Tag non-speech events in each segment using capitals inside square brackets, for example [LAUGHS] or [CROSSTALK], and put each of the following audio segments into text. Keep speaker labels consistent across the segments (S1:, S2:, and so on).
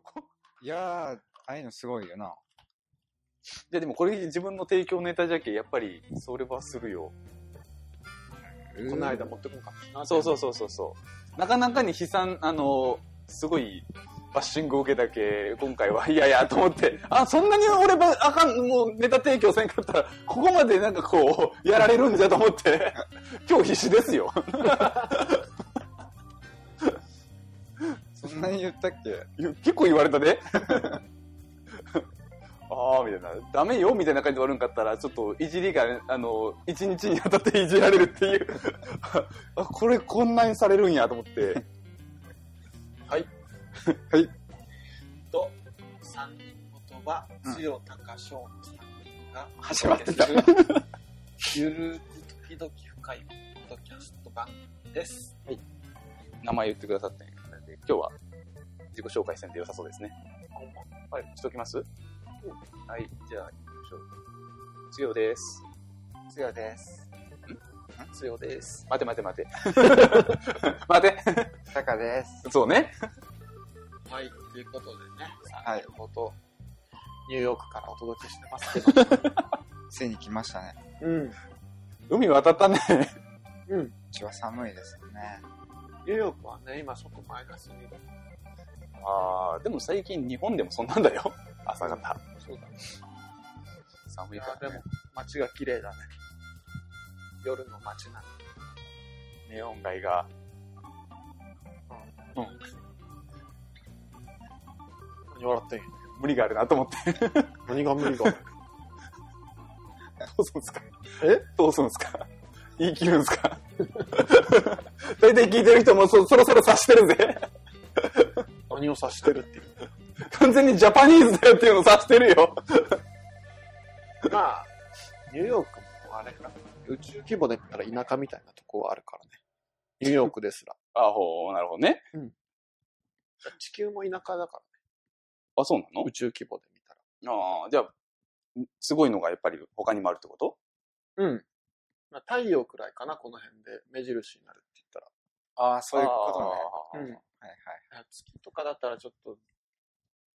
S1: [LAUGHS]
S2: こ。
S1: いやー、ああいうのすごいよな。
S2: じゃあでもこれ自分の提供ネタじゃけ、やっぱり、それはするよ。この間持ってこうか。そうそうそうそうそう。なかなかに悲惨、あの、すごい、バッシングを受けたけ、今回は、いやいや、と思って、あ、そんなに俺ば、あかん、もうネタ提供せんかったら、ここまでなんかこう、やられるんじゃと思って、今日必死ですよ。
S1: そんなに言ったっけ
S2: 結構言われたね。ああ、みたいな。ダメよ、みたいな感じで終わるんかったら、ちょっと、いじりが、あの、一日に当たっていじられるっていう。あ、これこんなにされるんや、と思って。
S3: はい。
S1: はい。
S3: と、三人言葉、強高翔三人が、
S2: 始まってた。
S3: ゆる時々深いポッドキャスト番組です。
S2: [LAUGHS] 名前言ってくださってんで、今日は自己紹介せんで良さそうですね。はい、しときますはい、じゃあ、行きましょう。つよです。
S3: つよです。つよです。
S2: 待て待て待て。 [LAUGHS] 待て。
S1: タカです。
S2: そうね。
S3: はい、ということでね、
S1: は
S3: はいい、元ニューヨークからお届けしてますけど。
S1: ついに来ましたね。
S3: うん。
S2: 海渡ったね。
S3: うん。
S1: うちは寒いですよね。
S3: ニューヨークはね、今外マイナスに
S2: ああ、でも最近日本でもそんなんだよ。朝方。
S3: そうだね。
S2: 寒い
S3: いや
S2: か
S3: で
S2: ら、
S3: も
S2: ね。
S3: 街が綺麗だね。夜の街なの。
S2: ネオン街が。
S3: 何笑ってんや。
S2: 無理があるなと思って。
S3: 何が無理が。
S2: どうすんすか
S3: え
S2: どうすんすか言い切るんすか大体聞いてる人もそそろそろ察してるぜ。
S3: 何を指してるっていう。
S2: 完全にジャパニーズだよっていうのを察してるよ。
S3: まあ、ニューヨークもあれか。宇宙規模で言ったら田舎みたいなとこはあるからね。ニューヨークですら。
S2: あほう、なるほどね。
S3: 地球も田舎だからね。
S2: あ、そうなの
S3: 宇宙規模で見た
S2: ああ、じゃあ、んすごいのがやっぱり他にもあるってこと
S3: ら。うん。まあ、太陽くらいかな、この辺で目印になるって言ったら。
S1: ああ、そういうことね。
S2: とね。
S3: うん
S1: はいはい。
S3: 月とかだったらちょっと、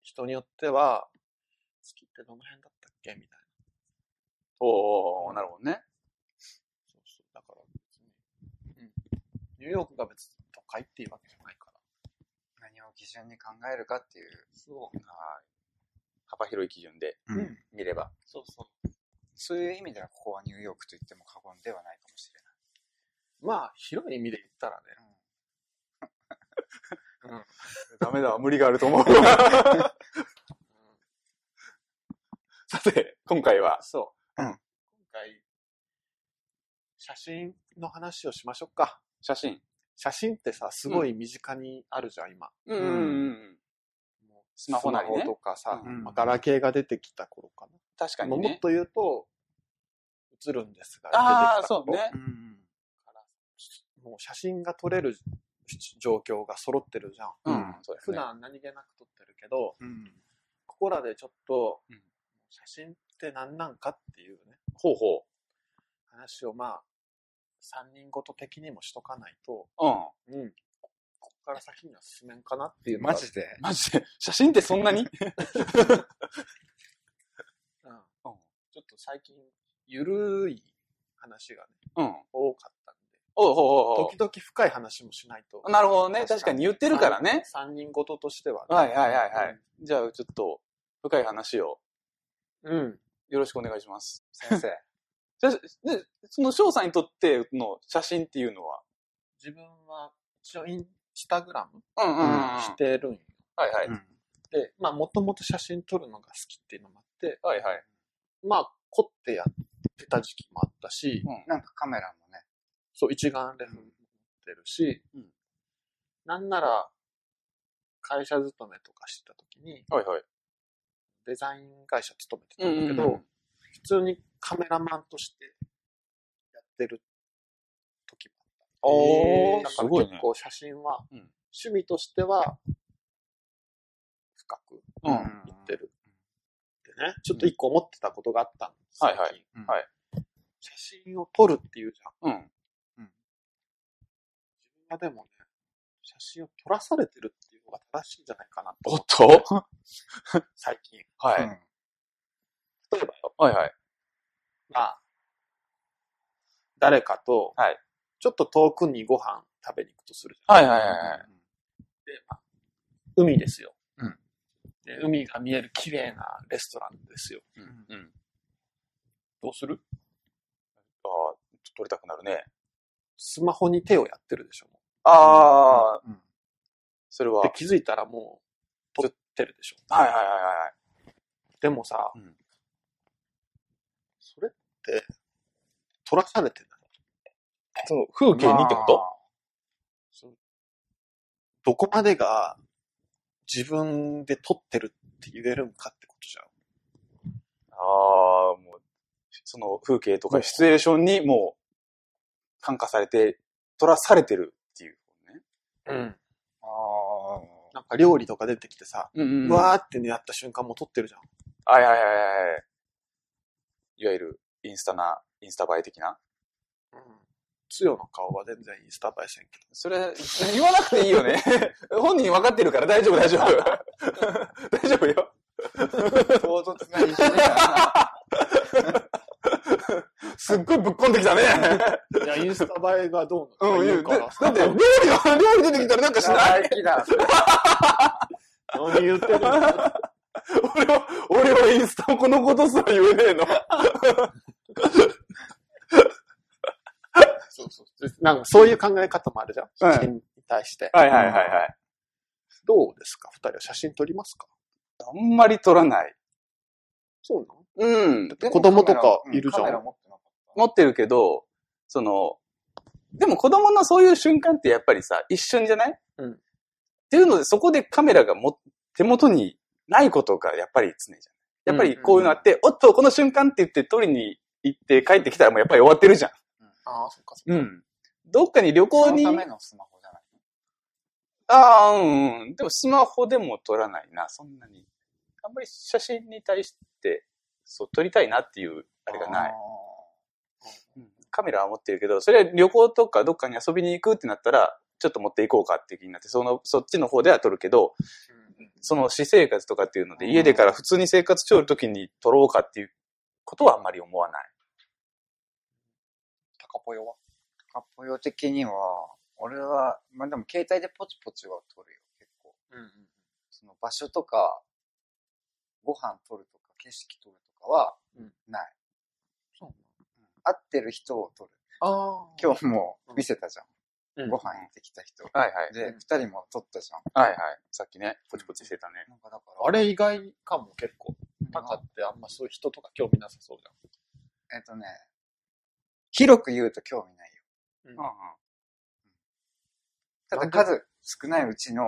S3: 人によっては、月ってどの辺だったっけみたいな。
S2: おおなるほどね。
S3: そうそう。だから別に、うん。ニューヨークが別に都会っていうわけじゃないから。
S1: 何を基準に考えるかっていう。
S3: そう。
S2: はい。幅広い基準で
S1: うんん。
S2: 見れば。
S3: そうそう。
S1: そういう意味では、ここはニューヨークと言っても過言ではないかもしれない。
S3: まあ、広い意味で言ったらね。
S2: ダメだ、無理があると [LAUGHS] 思う。さて、今回は。
S3: そう。
S1: うん
S3: 今回、写真の話をしましょうか。
S2: 写真。
S3: 写真ってさ、すごい身近にあるじゃん、今。
S2: うんんうん。
S3: もう
S2: スマホなりね
S3: スマホとかさ、
S1: うん
S3: まあガラケーが出てきた頃か
S2: 確か
S3: な。
S2: に
S3: もっ
S2: ね。
S3: と言うと、映るんですが、
S2: ああ、
S3: 出てきた
S2: そう
S3: 頃
S2: ね。
S1: うん。
S3: からもう写真が撮れる状況が揃ってるじゃん。
S2: うん
S1: うん、
S2: そうです
S3: 普
S2: ね。
S3: 段何気なく撮ってるけど、
S1: うん。
S3: ここらでちょっと
S2: うん、
S3: 写真って何なんかっていうね、
S2: ほうほ
S3: 話をまあ、三人ごと的にもしとかないと、
S2: う。うん。
S3: うん。こっから先には進めんかなっていうのが
S1: マジで
S2: マジで、写真ってそんな [LAUGHS] に
S3: うん。ちょっと最近、ゆるい話がね、
S2: うん。
S3: 多かったんで、
S2: おうほうほう
S3: 時々深い話もしないと
S2: ほう。。なるほどね。確かに言ってるからね。
S3: 三人ごととしてはね、
S2: はいはいはいはい。じゃあ、ちょっと、深い話を
S3: うん。
S2: よろしくお願いします。
S1: 先生。
S2: 写真で、その翔さんにとっての写真っていうのは、
S3: 自分は、一応インスタグラム
S2: うんうんうん。
S3: し
S2: は
S3: てるんよ。
S2: いはい。
S1: うん。
S3: で、まあ、もともと写真撮るのが好きっていうのもあって、
S2: はいはい。
S3: まあ、凝ってやってた時期もあったし、
S2: う
S1: [LAUGHS]
S2: ん
S1: なんかカメラもね。
S3: そう、一眼レフ持ってるし、
S2: うん
S3: なんなら、会社勤めとかしてた時に、
S2: はいはい。
S3: デザイン会社勤めてたんだけど、
S2: うんうんうん
S3: 普通にカメラマンとしてやってる時もあった。
S2: おー
S3: だ
S2: す
S3: から
S2: ごいね
S3: 結構写真は、
S2: うん
S3: 趣味としては、深く
S2: うん。
S1: う
S2: はい
S3: いって。る。でね、ちょっと一個思ってたことがあったんです、
S2: はいはい
S3: 最近
S1: うん
S2: はい
S3: 写真を撮るっていうじゃん。
S2: うん。
S3: 自分がでもね、写真を撮らされてるっていう方が正しいんじゃないかなと
S2: お
S3: 思
S2: っ
S3: って、
S2: と
S3: 最近。
S2: は
S1: う
S2: い。
S1: ん
S3: 例えばよ、
S2: はいはい。
S3: まあ、誰かと、
S2: はい
S3: ちょっと遠くにご飯食べに行くとするじゃん。
S2: はいはいはいはい。
S3: 海ですよ。
S1: うん
S3: で海が見える綺麗なレストランですよ。
S2: うん。うん。
S3: どうする
S2: ああ、取りたくなるね。
S3: スマホに手をやってるでしょ。
S2: ああ、
S1: うん
S2: それは。は
S3: で
S2: い
S3: 気づいたらもう撮ってるでしょ。
S2: はいはいはい。
S3: でもさ、
S2: うん
S3: それって、撮らされてない。
S2: その風景にってこと
S3: どこまでが自分で撮ってるって言えるんかってことじゃ
S2: あ
S3: ん。
S2: あ、もう、その風景とかシチュエーションにもう、感化されて、取らされてるっていうね。
S3: うん。
S1: ああ。
S3: なんか料理とか出てきてさ、
S2: うん
S3: う
S2: わ
S3: わーってやった瞬間もう撮ってるじゃん。
S2: あ、はいはいはいはいはい。いわゆる、インスタな、インスタ映え的な。
S3: うん。つよの顔は全然インスタ映えせんけ
S2: それ、言わなくていいよね。 [LAUGHS] 本人分かってるから大丈夫大丈夫。 [LAUGHS] 大丈夫よ。
S1: 唐突な一緒だ
S2: [LAUGHS] すっごいぶっこんできたね。
S3: ど。いや、インスタ映えがどう
S2: う
S3: なの
S2: ん、
S3: か
S2: い
S3: 言
S2: や
S3: う
S2: でだ
S3: か
S2: って、料理の、料理出てきたらなんかしない
S1: な。 [LAUGHS] だ。
S3: ら。何言ってるの
S2: 俺は、俺はインスタをこのことすら言えねえの。
S3: そうそう。なんかそういう考え方もあるじゃん。
S2: はい
S3: 写真に対して。
S2: はいはいはいはい。
S3: どうですか二人は写真撮りますか
S2: あんまり撮らない。
S3: そうなの
S2: うん
S3: だ。って子供とかいるじゃ
S1: カ
S3: ん
S1: メラ持ってなかっ
S2: 持ってるけど、その、でも子供のそういう瞬間ってやっぱりさ、一瞬じゃない
S3: うん
S2: っていうので、そこでカメラがも手元にないことがやっぱり常じゃん。やっぱりこういうのあって、おっと、この瞬間って言って撮りに行って帰ってきたらもうやっぱり終わってるじゃん。
S3: ああ、そっかそっか。
S2: うん。どっかに旅
S1: た。
S2: 行に
S1: そ、のためのスマホじゃない。
S2: ああ、うん、うん。でもスマホでも撮らないな、そんなに。あんまり写真に対して、そう、撮りたいなっていう、あれがない。うんカメラは持ってるけど、それは旅行とかどっかに遊びに行くってなったら、ちょっと持っていこうかって気になって、その、そっちの方では撮るけど、その私生活とかっていうので、
S1: うん
S2: 家でから普通に生活しとる時に撮ろうかっていうことはあんまり思わない。
S1: 高ぽよは高ぽよ的には、俺は、まあでも携帯でポチポチは撮るよ、結構。
S3: うんうん。
S1: その場所とか、ご飯撮るとか、景色撮るとかは
S3: うん、
S1: ない。
S3: そう
S1: 合ってる人を撮る。
S3: ああ。
S1: 今日も見せたじゃ
S3: うん
S1: ん。ご飯行ってきた人。
S2: はいはい。
S1: で、
S3: うん
S1: 二人も撮ったじゃん。
S2: はいはい。さっきね、ポチポチしてたね。
S1: なんかだか
S3: あれ意外かも結構。
S1: ら、
S3: タカってあんまそういう人とか興味なさそうじ
S1: えっとね、広く言うと興味ないよ。
S3: うん
S2: うんうん
S1: た
S3: な
S1: だ
S3: んで
S1: 数少ないうちの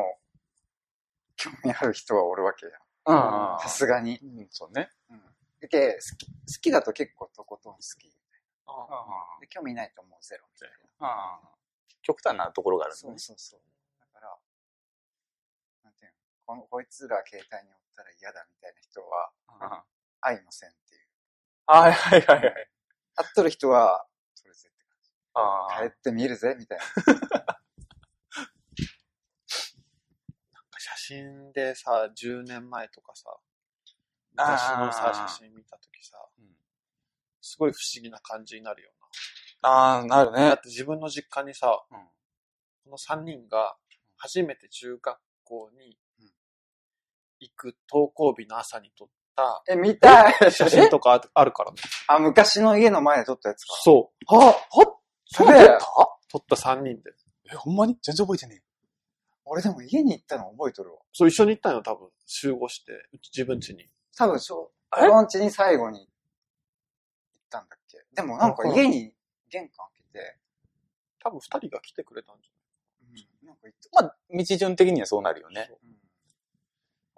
S1: 興味ある人はおるわけやん。
S2: うん
S1: さすがに。
S2: うん、そうね。
S1: うん。で、好き、好きだと結構とことん好き。
S3: ゃん。あ
S2: うんうん
S1: で、興味ないともうゼロみたいな。
S2: 極端なところがあるんです
S1: そ
S2: ね
S1: う。そうそう。だから、なんていうの、このこいつら携帯におったら嫌だみたいな人は
S2: うんはい
S1: 愛の線っていう。
S2: はいはいはい。
S1: 合っとる人は、それ絶
S2: あ
S1: 対帰ってみるぜみたいな。
S3: 写真でさ、10年前とかさ、
S2: あ
S3: 昔
S2: ー
S3: のさ、写真見たときさ
S2: うん、
S3: すごい不思議な感じになるよ
S2: ああ、なる
S3: な。だ
S2: ね
S3: っ。て自分の実家にさ、
S2: うん
S3: この3人が初めて中学校に
S1: うん
S3: 行く登校日の朝に撮
S2: [LAUGHS]
S3: った
S1: え、見たい
S3: 写真とかああるからね。
S1: あ、昔の家の前で撮ったやつか。
S3: そう。あ、は
S2: そうだった
S3: 撮った3人で。
S2: え、ほんまに全然覚えてね
S1: 俺でも家に行ったの覚えとるわ。
S3: そう、一緒に行ったのよ、多分。集合して、うち自分家に。
S1: 多分そう。
S2: え
S1: 俺ん家に最後に行ったんだっけ。でもなんか家に玄関開
S3: 多分二人が来てくれたんじ
S1: けて、なんか行った。
S2: え。まあ、道順的にはそうなるよ
S3: ゃな
S2: ね。
S3: いそう
S1: うん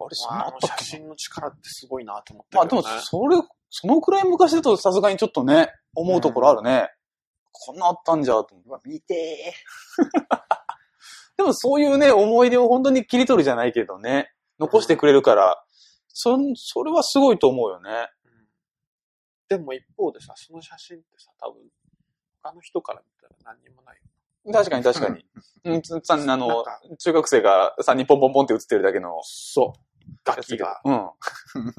S2: あれ、
S3: わああの写
S2: な
S3: 真の力ってすごいなと思って
S2: まあでも、それ、そのくらい昔だとさすがにちょっとね、思うところあるね。こんなあったんじゃと思って。
S1: うわ、見て
S2: でもそういうね、思い出を本当に切り取るじゃないけどね、残してくれるから、そん、それはすごいと思うよね。
S3: うんでも一方でさ、その写真ってさ、多分、他の人から見たら何にもないよ。
S2: 確かに確かに。うん、つさんあ
S1: な
S2: の
S1: んか、
S2: 中学生が3人ポンポンポンって映ってるだけの
S3: そう。楽
S2: やつ
S3: 器
S2: だけど
S3: が。。
S2: うん。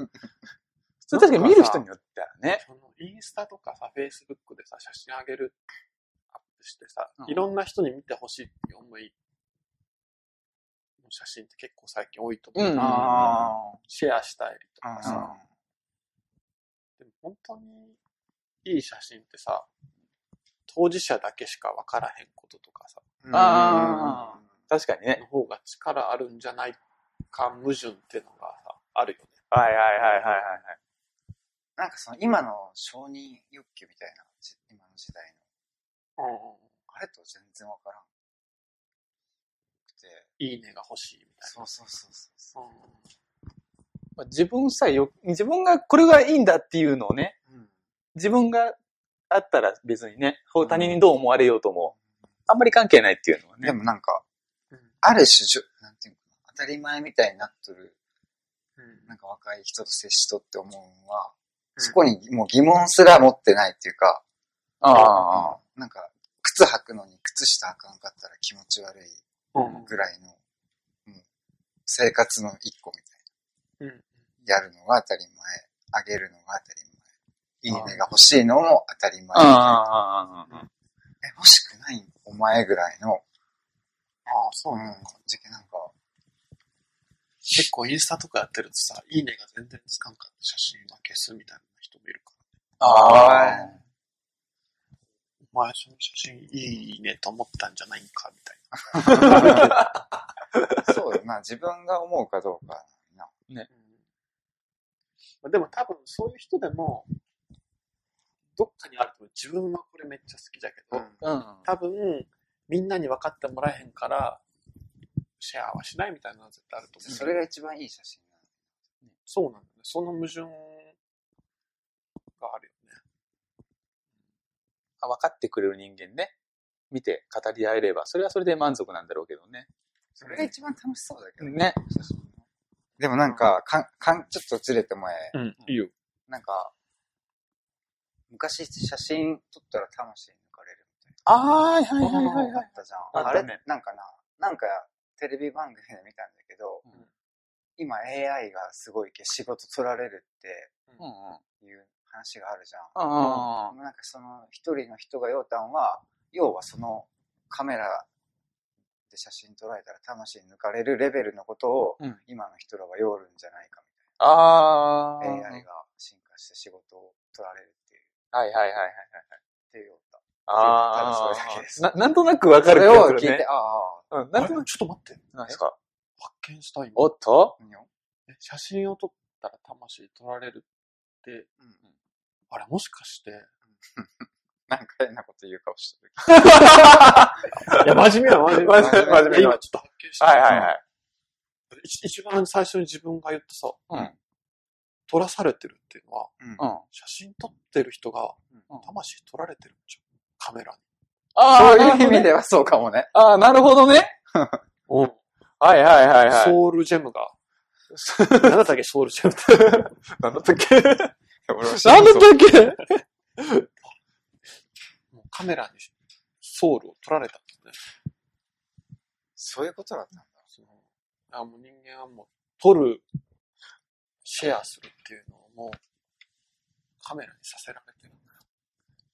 S2: そ [LAUGHS] れ確かに見る人によってはね。
S3: そのインスタとかさ、フェイスブックでさ、写真上げる、アップしてさ、
S2: うん
S3: いろんな人に見てほしいっていう思いの写真って結構最近多いと思う。
S2: うん
S1: あ
S3: シェアしたりと
S1: あ
S3: かさ、でも本当にいい写真ってさ、当事者だけしかわからへんこととかさ、
S1: うん
S2: あ確かにね。
S3: の方が力あるんじゃないか矛盾っていうのがさ、あるよね。
S2: はいはいはいはいはい。
S1: なんかその今の承認欲求みたいな、じ今の時代の。あれと全然わからん。で、
S3: いいねが欲しいみたい
S1: そうそうそうそうそ
S3: な。
S2: まあ自分さえよ、自分がこれがいいんだっていうのをね、
S1: う。うん。
S2: 自分があったら別にね、こう他人にどう思われようとも、あんまり関係ないっていうのはね。
S1: でもなんか、
S3: うん
S1: ある種じょ、なんていうのかな、当たり前みたいになっとる、
S3: うん
S1: なんか若い人と接しとって思うのは、
S3: うん
S1: そこにもう疑問すら持ってないっていうか、
S2: ああ。
S1: なんか、靴履くのに靴下履かなかったら気持ち悪い
S3: うん
S1: ぐらいの、うん生活の一個みたい
S3: うん
S1: な。やるのが当たり前、あげるのが当たり前、いいねが欲しいのも当たり前
S2: あ。あ。
S1: え、欲しくないお前ぐらいの、
S3: ああ、そううんなんだ、
S1: 時期なんか、
S3: 結構インスタとかやってるとさ、いいねが全然つかんかった写真は消すみたいな人もいるから、
S2: ああ。
S3: お前その写真いいねと思ったんじゃないんかみたい
S1: そうよな、自分が思うかどうかな。
S3: な。まあ、でも多分そういう人でも、どっかにあると思う自分はこれめっちゃ好きだけど、
S2: うん。
S3: 多分みんなに分かってもらえへんから、シェアはしないみたいなのは絶対あると思う。
S1: それが一番いい写真
S3: そうなんだよね。その矛盾があるよね。
S2: あ分かってくれる人間ね、見て語り合えれば、それはそれで満足なんだろうけどね。
S1: それが一番楽しそうだけどね。
S2: ね。
S1: 写真のでもなんか、かん、かん、ちょっとずれて前、
S3: うん、いいよ。
S1: なんか、昔写真撮ったら魂抜かれるみたい
S2: あはいは
S1: な。あったじゃん。
S2: あ
S1: あ
S2: った
S1: れ
S2: ね
S1: なんかな、なんかテレビ番組で見たんだけど
S2: うん、
S1: 今 AI がすごいけ仕事取られるっ
S2: うんうん。
S1: ていう話があるじゃん。
S2: ああ。
S1: なんかその一人の人がようたんは、要はそのカメラで写真撮られたら魂抜かれるレベルのことを
S2: うん
S1: 今の人らはようるんじゃないかみたいな。
S2: ああ。
S1: AI が進化して仕事を取られるっていう、
S2: はいはいはいはい。
S1: っていうようたん。
S2: あ
S1: ただそれだけで
S2: あ。
S1: す
S2: な、なんとなくわかる
S1: そ
S2: け
S1: れを
S2: ど
S1: 聞いて
S2: ね、。
S1: ああ、
S2: うん、
S3: あ
S2: な
S3: れ
S2: ん
S3: ち
S2: と
S3: ょ
S2: な
S3: っ
S2: く。
S3: と待って。
S2: なんですか
S3: 発見した今。
S2: おっと
S1: 何を
S3: え写真を撮ったら魂取られるって、
S1: うん
S3: あれもしかして。い
S1: なんか変なこと言うかもしれない。
S3: や、真面目や、真面
S2: 目
S1: 真面目
S3: 今ちょっと発見した。
S2: はいはいはい。
S3: 一一番最初に自分が言ったさ、
S2: うん
S3: 撮らされてるっていうのは、
S1: うん
S2: うん。
S3: 写真撮ってる人が
S2: うん
S3: 魂取られてるんじゃん。カメラに。
S2: あ
S1: そ
S2: あ、
S1: ういう意味で
S2: は。
S1: はそうかもね。
S2: ああ、なるほどね。はいはいはいはい。
S3: ソウルジェム
S2: [LAUGHS]
S3: が。なんだったっけ、ソウルジェムって。
S2: なんだったっけなんだっ
S1: 俺は知らんぞ
S2: たっ
S3: [LAUGHS]
S2: け
S3: もうカメラにソウルを取られたんですね。
S1: そういうことだったんだ。
S3: そのあもう人間はもう、撮る、シェアするっていうのをもう、カメラにさせられてるんだよ。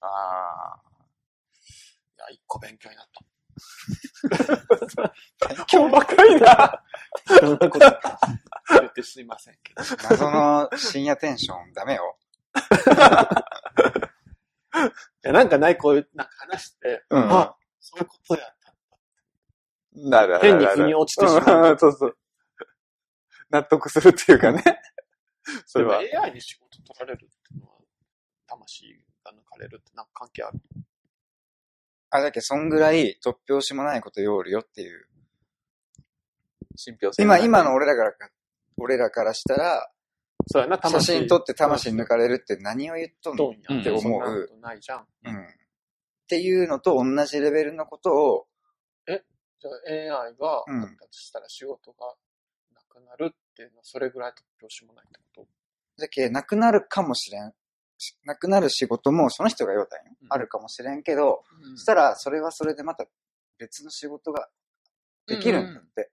S2: あ
S3: いや、一個勉強になった。 [LAUGHS]
S2: あ。今日ばかりだ。
S3: そんなこと言ってすいませんけど。
S1: 謎の深夜テンションダメよ。
S3: いや、なんかない、こういう、なんか話して、
S2: うん
S3: あ、そういうことやった。
S2: なる
S3: 変に腑に落ちてしまう
S2: うん [LAUGHS] そうそう。納得するっていうかね。 [LAUGHS] そ
S3: で
S2: れ
S3: も
S2: は。
S3: AI に仕事取られるっていうのは、魂が抜かれるってなんか関係ある。
S1: あ、だけどそんぐらい突拍子もないことよるよっていう。
S2: 信憑性
S1: 今、
S2: がない
S1: 今の。俺らからか、俺らからしたら、
S3: そうやな、
S1: 写
S3: 魂。
S1: 真撮って魂抜かれるって何を言っとんの
S3: どんや
S2: って思う
S3: そんなことないじゃん。
S1: うん。っていうのと同じレベルのことを、
S3: じゃあ AI が
S1: うん
S3: 発達したら仕事がなくなるっていうのはそれぐらい突拍子もないってこと
S1: だけなくなるかもしれん。しなくなる仕事もその人が言うたんよ。
S2: うん
S1: あるかもしれんけど、
S2: うん
S1: そしたらそれはそれでまた別の仕事ができるんだって。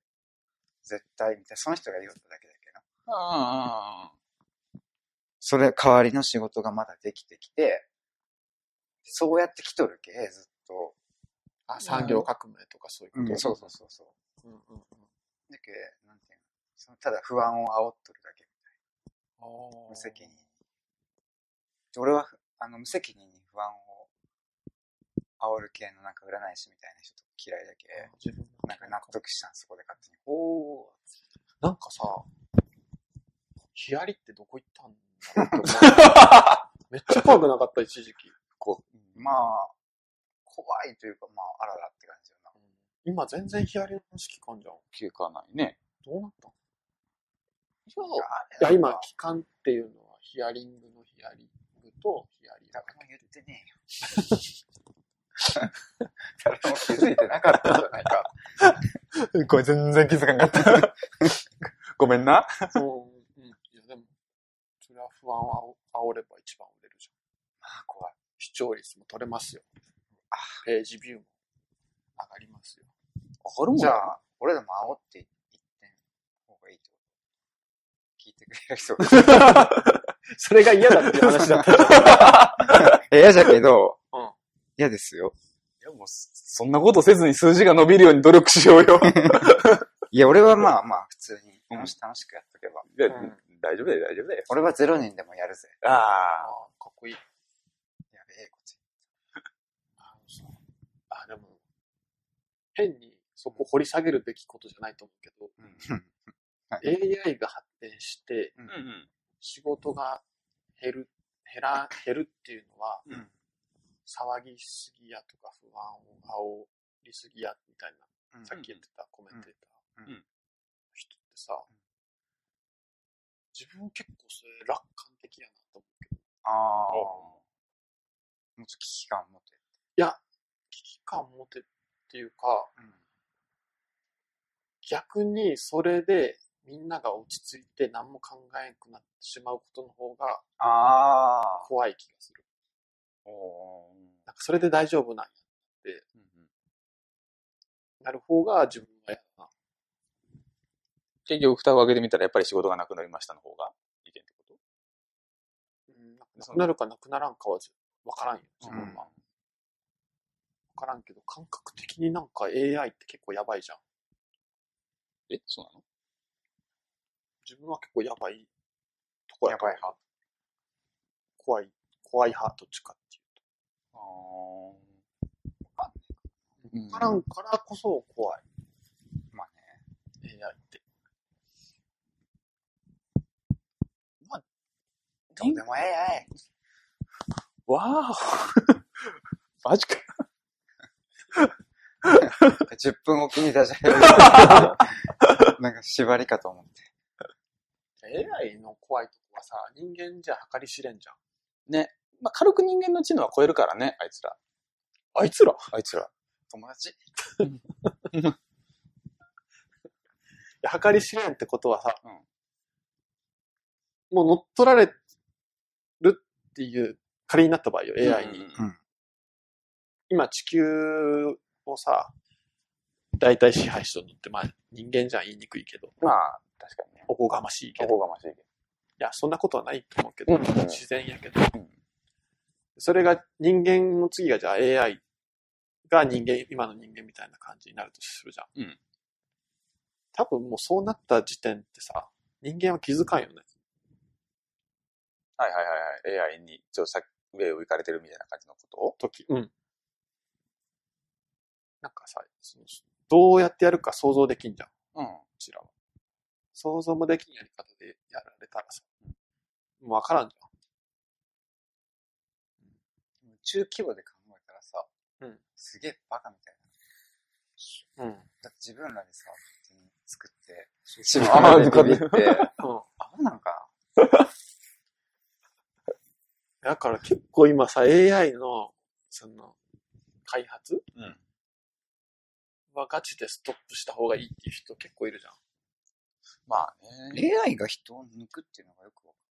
S1: 絶対みたいな。その人が言うただけだけど。
S2: ああ、
S1: それ代わりの仕事がまだできてきて、そうやって来とるけ、ずっと。
S3: あ、産業革命とかそういうこと。
S1: そうそうそうそう。
S3: うんうんうん。
S1: だけなんていうのそのただ不安を煽っとるだけ。
S3: あー
S1: 無責任に。で俺は、あの、無責任に不安を煽る系のなんか占い師みたいな人と嫌いだけ、
S3: 自分
S1: なんか納得したん、そこで勝手に。
S3: おおー。なんかさ、ヒアリってどこ行ったんだろうって思う [LAUGHS] めっちゃ怖くなかった、一時期。
S1: まあ、怖いというか、まあ、あららって感じよな。
S3: 今全然ヒアリの話聞かんじゃん。
S2: 聞かないね。
S3: どうなったん
S1: あ
S3: いや、
S1: れ
S3: 今、期間っていうのは、ヒアリングのヒアリングと、ヒアリング
S1: 誰。も言ってねえよ。 [LAUGHS] 誰も気づいてなかったんじゃないか。
S2: [LAUGHS] これ全然気づかなかった。 [LAUGHS] ごめんな。
S3: そう、うん。いや、でも、それは不安を煽れば一番売れるじゃん。
S1: あ、怖い。
S3: 視聴率も取れますよ。ページビューも上がりますよ。
S2: あるもん
S1: じゃあ、俺らも煽って言ってん方がいいってこと聞いてくれる人が
S3: それが嫌だっていう話だ [LAUGHS] った。
S1: 嫌じゃけど
S3: うん、
S1: 嫌ですよ。
S2: いやもう、そんなことせずに数字が伸びるように努力しようよ。
S1: いや、俺はまあまあ、普通に、楽し楽しくやっとけば。
S2: いや
S3: うん
S2: 大丈夫だよ、大丈夫だよ。
S1: 俺はゼロ人でもやるぜ。
S3: あ
S2: あ
S3: あ、かっこいい。
S1: やべえ、こっち。
S3: あのさあ、でも、変にそこ掘り下げるべきことじゃないと思うけど、
S1: うん。
S3: AI が発展して
S2: あ。うん
S3: 仕事が減る、減ら、減るっていうのは、
S1: うん
S3: 騒ぎすぎやとか不安を煽りすぎやみたいな、
S1: うん
S3: さっき言ってたコメンテーター
S1: うん
S2: うん
S3: 人ってさ、自分結構それ楽観的やなと思うけど、
S1: ああ。も
S2: お
S1: うちょっと危機感を持って。
S3: 危機感を持てっていうか、
S1: うん。
S3: 逆にそれでみんなが落ち着いて何も考えなくなってしまうことの方が
S1: ああ。
S3: 怖い気がする。
S1: お
S3: なんかそれで大丈夫なんやなる方が自分は嫌だな。
S2: 結局、蓋を開けてみたら、やっぱり仕事がなくなりましたの方が意見ってこ
S3: うんな
S2: そ
S3: く
S2: の
S3: なるかなくならんかはわからんよ、自
S2: と
S3: 分は。わからんけど、感覚的になんか AI って結構やばいじゃん。
S2: え、そうなの
S3: 自分は結構やばいとこやと思う
S1: やばい派。
S3: 怖い、怖い派、どっちかっていう
S2: あ
S3: と。わからんからこそ怖い、
S1: まあね。
S3: AI って。
S1: どうでもええやい。
S2: わお [LAUGHS] マジか。
S1: 10分おきに出しゃ [LAUGHS] なんか縛りかと思って。
S3: AI の怖いとこはさ、人間じゃ計り知れんじゃん。
S2: まあ、軽く人間の知能は超えるからね、あいつら。
S3: あいつら
S2: あいつら。
S1: 友達
S3: 計り知れんってことはさ、
S2: うん
S3: もう乗っ取られるっていう、仮になった場合よ、AI に。
S2: に
S3: 今地球をさ、大体支配しとるのって、まあ人間じゃ言いにくいけど、
S2: まあ、確かにね。
S3: おこがましいけ
S2: お
S3: ど、い
S2: こがましいけど。
S3: や、そんなことはないと思うけど、
S2: うんうん
S3: 自然やけど、
S2: うん
S3: それが人間の次がじゃあ AI が人間、今の人間みたいな感じになるとするじゃ
S2: う
S3: ん。
S2: ん
S3: 多分もうそうなった時点ってさ、人間は気づかんよね。
S2: はいはいはいはい。AI に、ちょっとさ上を行かれてるみたいな感じのことを。
S3: 時。うん。なんかさ、そのどうやってやるか想像できんじゃん。
S2: うん。
S3: こちらは。想像もできんやり方でやられたらさ、もうわからんじ
S1: 宇宙規模で考えたらさ、
S3: うん
S1: すげえバカみたいな。
S3: ゃん。うん。
S1: だって自分らでさ、勝手に作って、自分らでビビって、アホなんかな
S3: だから結構今さ、AI の、その、開発
S2: うん。
S3: はガチでストップした方がいいっていう人結構いるじゃん。
S2: まあね。
S1: AI が人を抜くっていうのがよくわかる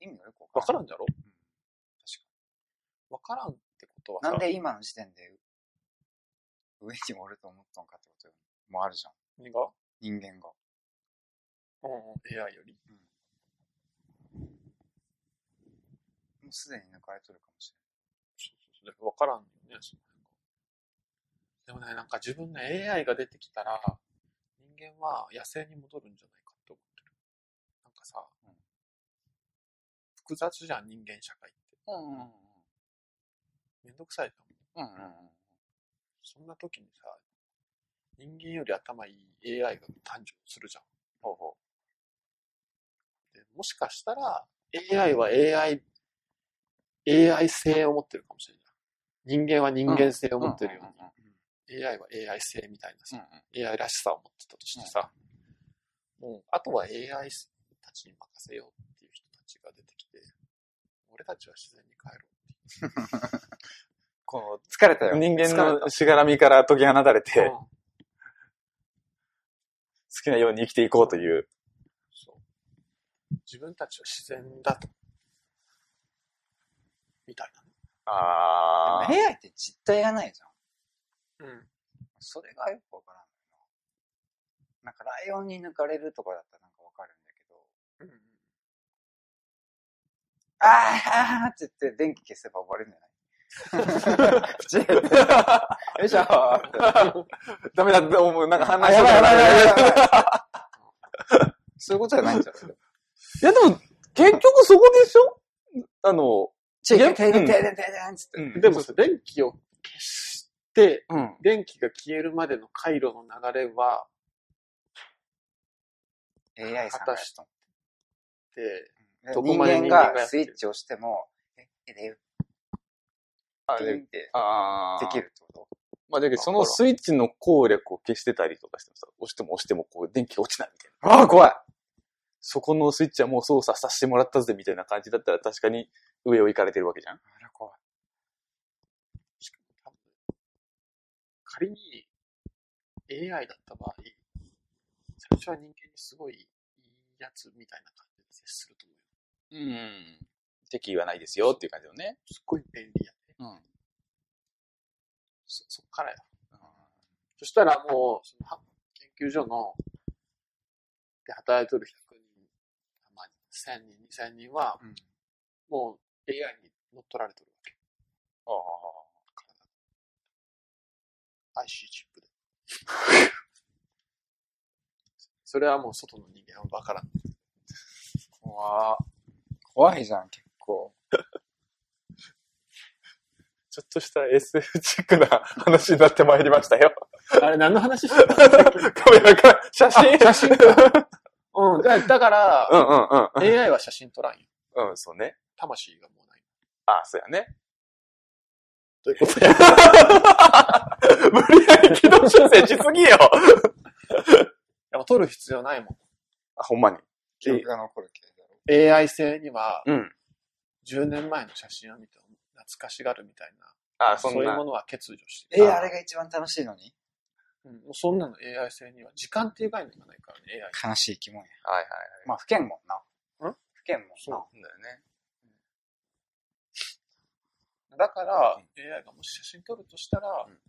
S1: 意味がよくわ
S3: わ
S1: か
S3: からら
S1: ん
S3: んじゃろ
S1: うん
S3: わからんってことは
S1: な
S3: さ
S1: ん、で今の時点で上におると思ったのかってことよもうあるじゃん。
S3: 何が
S1: 人間が。
S3: うんうん。AI より。
S1: もうすでに抜かれとるかもし
S3: そうそうそう。だから分からんよね、その辺が。でもね、なんか自分の AI が出てきたら、人間は野生に戻るんじゃないかって思ってる。なんかさ、
S1: うん
S3: 複雑じゃん、人間社会って。
S1: れない。うんうんうん。
S3: めんどくさいと思う。
S1: うんうん
S3: そんな時にさ、人間より頭いい AI が誕生するじゃん。
S1: ほうほ
S3: でもしかしたら、AI は AI、AI 性を持ってるかもしれない。人間は人間性を
S1: うん。
S3: 持ってるよ
S1: うんうんうん。
S3: うに、AI は AI 性みたいな
S1: う
S3: さ
S1: ん、うん
S3: AI らしさを持ってたとしてさ、もう、あとは AI たちに任せようっていう人たちが出てきて、俺たちは自然に帰ろうって
S1: こう、疲れたよ。
S2: 人間
S1: 疲れ
S2: のしがらみから解き放たれ
S3: いう。
S2: て、好きなように生きていこうという。
S3: そう。自分たちは自然だと。みたい
S2: あ
S1: た。でも AI って実体がないじゃん。
S3: なね。
S1: それがよくわからんのよな。なんかライオンに抜かれるとかだったらなんかわかるんだけど、
S3: うん。
S1: あーあーって言って電気消せば終わるんじゃない違う [LAUGHS] よいしょー
S2: [LAUGHS] ダメだって思う。なんか反応
S1: あ、
S2: し
S1: やば
S2: た
S1: いやば
S2: から
S1: いやばいやば
S2: [LAUGHS]
S1: い。そういうことじゃないんじゃない
S2: いやでも、結局そこでしょあの、
S1: ち
S2: いや
S1: 停電、停
S2: うん
S1: 電、停電、停電っつって。
S2: うん
S3: でも、電気を消して、
S1: うん。
S3: 電気が消えるまでの回路の流れは、
S1: AI さんがやっとん
S3: で、
S1: で
S3: どこ
S1: 人
S3: まで
S1: 間
S3: 人間がやって
S1: が
S3: る
S1: スイッチをしても、え、え、で、
S2: あ
S1: ピンって
S2: あ
S1: で
S2: でき
S1: き
S2: る。
S1: るってこと
S2: まあ、だけど、そのスイッチの効力を消してたりとかしてもさ、押しても押してもこう電気が落ちないみたいな。
S1: ああ、怖い
S2: そこのスイッチはもう操作させてもらったぜみたいな感じだったら確かに上を行かれてるわけじゃん。
S1: あら、怖い。
S3: しかも多分、仮に AI だった場合、最初は人間にすごいいいやつみたいな感じで接すると思うよ。
S2: うん。敵意はないですよっていう感じのね。
S3: すっごい便利やね。
S2: うん
S3: そ、そっからや。そしたらもう、そのは研究所の、で働いてる100人、まあ、1000人、2000人は、
S1: うん
S3: もう AI に乗っ取られてるわけ。
S2: ああ。
S3: IC チップで。 [LAUGHS] それはもう外の人間はわからん。
S1: 怖怖いじゃん、結構。
S2: ちょっとした SF チックな話になってまいりましたよ。
S3: あれ何の話してたの
S2: カメラから写真写真
S3: [LAUGHS] うん、だだから
S2: う、んうんう
S3: AI は写真撮らんよ。
S2: ん。うん、そうね。
S3: 魂がもうない。
S2: ああ、そうやね。
S3: どうい
S2: [LAUGHS]
S3: うことや
S2: 無理やり軌道修正しすぎよ。
S3: でも撮る必要ないもん。
S2: あ、ほんまに。
S1: 記憶が残るけれど。
S3: AI 性には、
S2: うん。
S3: 10年前の写真を見て懐かしがるみたいな、
S2: あ
S3: そ
S2: そんな。
S3: ういうものは欠如して
S1: え
S3: る。
S1: ー、あれが一番楽しいのに
S3: うん、もうそんなの AI 性には、時間っていう概念がないからね、AI。
S1: 悲しい気もんや。
S2: はいはい。
S1: まあ、不健もんな。
S3: ん
S1: 不健もん
S2: そうだよね。
S3: だから、AI がもし写真撮るとしたら、
S2: うん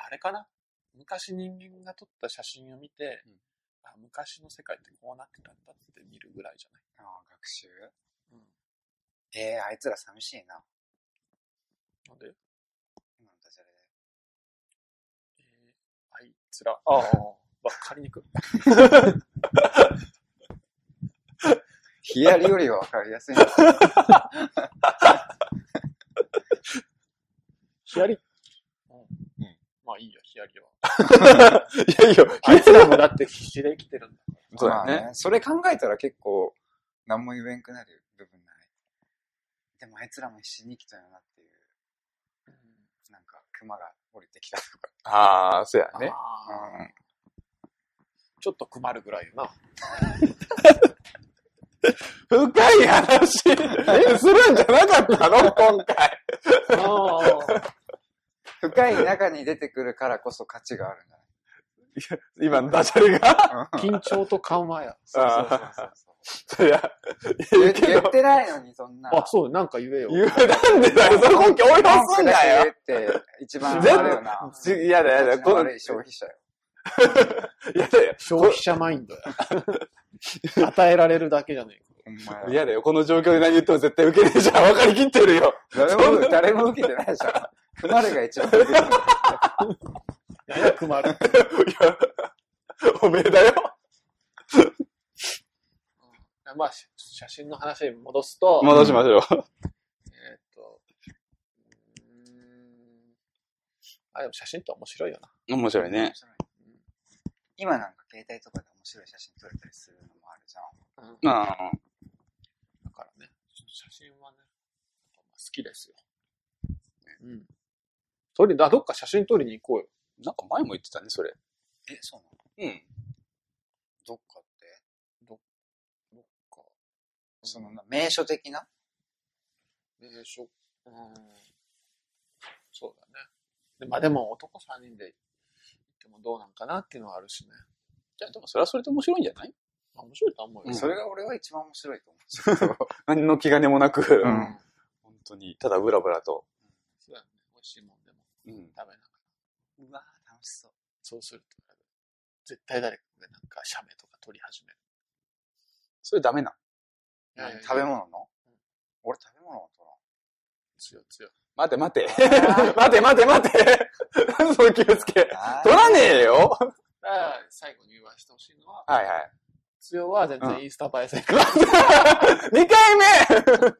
S3: あれかな昔人間が撮った写真を見て、
S2: うん
S3: あ昔の世界ってこうなってたんだって見るぐらいじゃない、
S1: な。あー学習
S3: うん、
S1: えー、あいつら寂しいな。
S3: なんで、え
S1: 今のダジャレで。
S3: ーあいつら、ああ、わかり
S2: [LAUGHS]
S3: にくい。
S1: ヒアリよりは分かりやすいな。
S3: ヒアリ。うん。まあいいよ、ヒアリは。
S2: [LAUGHS] いやいや、
S3: あいつらもだって必死で生きてるんだ。
S2: そうだ
S1: ま
S2: よ
S1: あ
S2: ね。。
S1: それ考えたら結構、何も言えんくなる部分ない。でもあいつらも必死に生きたよなっていう、なんか、熊が降りてきたとか。
S2: ああ、そうやね。
S3: ああ
S1: うん
S3: ちょっとくまるぐらいよな。
S2: 深い話 [LAUGHS] するんじゃなかったの今回。
S3: [LAUGHS]
S1: 深い中に出てくるからこそ価値があるんじゃ
S2: 今のダジャレが。
S1: ない
S3: 緊張と緩和や。
S1: そうそうそうそうそう。
S2: そりゃ、言
S1: 言
S2: うけ
S1: 言
S2: ど
S1: っ。て
S3: [LAUGHS]
S1: ないのに、そんな。
S3: あ、そう、なんか言えよ。
S2: 言う、なんでだよ。それ根拠応用す
S1: 文句
S2: んだよ。
S1: だけ言って、一番あ
S2: 全部
S1: るよな。
S2: ちやだやだ、この
S1: 悪い、消費者よ。
S2: やだよ。
S4: 消費者マイン
S3: [LAUGHS]
S4: ドや。与えられるだけじゃね
S1: ほんまや
S2: 嫌だよ。この状況で何言っても絶対受けねえじゃん。分かりきってるよ。
S1: 誰
S2: そんな
S1: も、誰も受けてないでしょ。マルが一番受けてる。
S4: えか。ややくまる。
S2: いや、おめえだよ。
S3: [LAUGHS] まあ、し写真の話に戻すと、
S2: 戻しましょう。
S3: えーっと、うーん。あ、でも写真って面白いよな。
S2: 面白いね
S1: 面。白い今なんか携帯とかで面白い写真撮れたりするのもあるじゃん。
S3: うん。だ
S2: ああ。
S3: からね、ちょっと写真はね、好きですよ。うん。撮り、あ、どっか写真撮りに行こうよ。
S2: なんか前も言ってたね、それ。
S1: え、そうなの
S2: うん。
S1: どっかって
S3: どっか。
S1: そのな、名所的な
S3: でしょ。うん。そうだね。でまあでも男3人で行ってもどうなんかなっていうのはあるしね。
S2: いや、でもそれはそれで面白いんじゃない
S3: まあ面白いとは思うよ。
S2: うん
S1: それが俺は一番面白いと思う。
S2: 何の気兼ねもなく、
S1: うん
S2: 本当に、ただブラブラと。
S3: そうだね。美味しいもんでも
S2: うん。
S3: 食べながら。
S1: うわぁ、楽しそう。
S3: そうすると、絶対誰かがなんか写メとか撮り始める。
S2: それダメな。
S1: 何食
S3: 食べ
S1: べ
S3: 物
S1: 物の俺食べ物を撮らん。
S3: 強い強い。
S2: 待て待て。 [LAUGHS]
S1: [LAUGHS]
S2: 待て待て待て。何その気をつけ。取らねえよ。
S3: だから最後に言わしてほしいのは、
S2: [LAUGHS] はいはい。
S3: 強は全然インスタ映えせんから。
S2: 2回目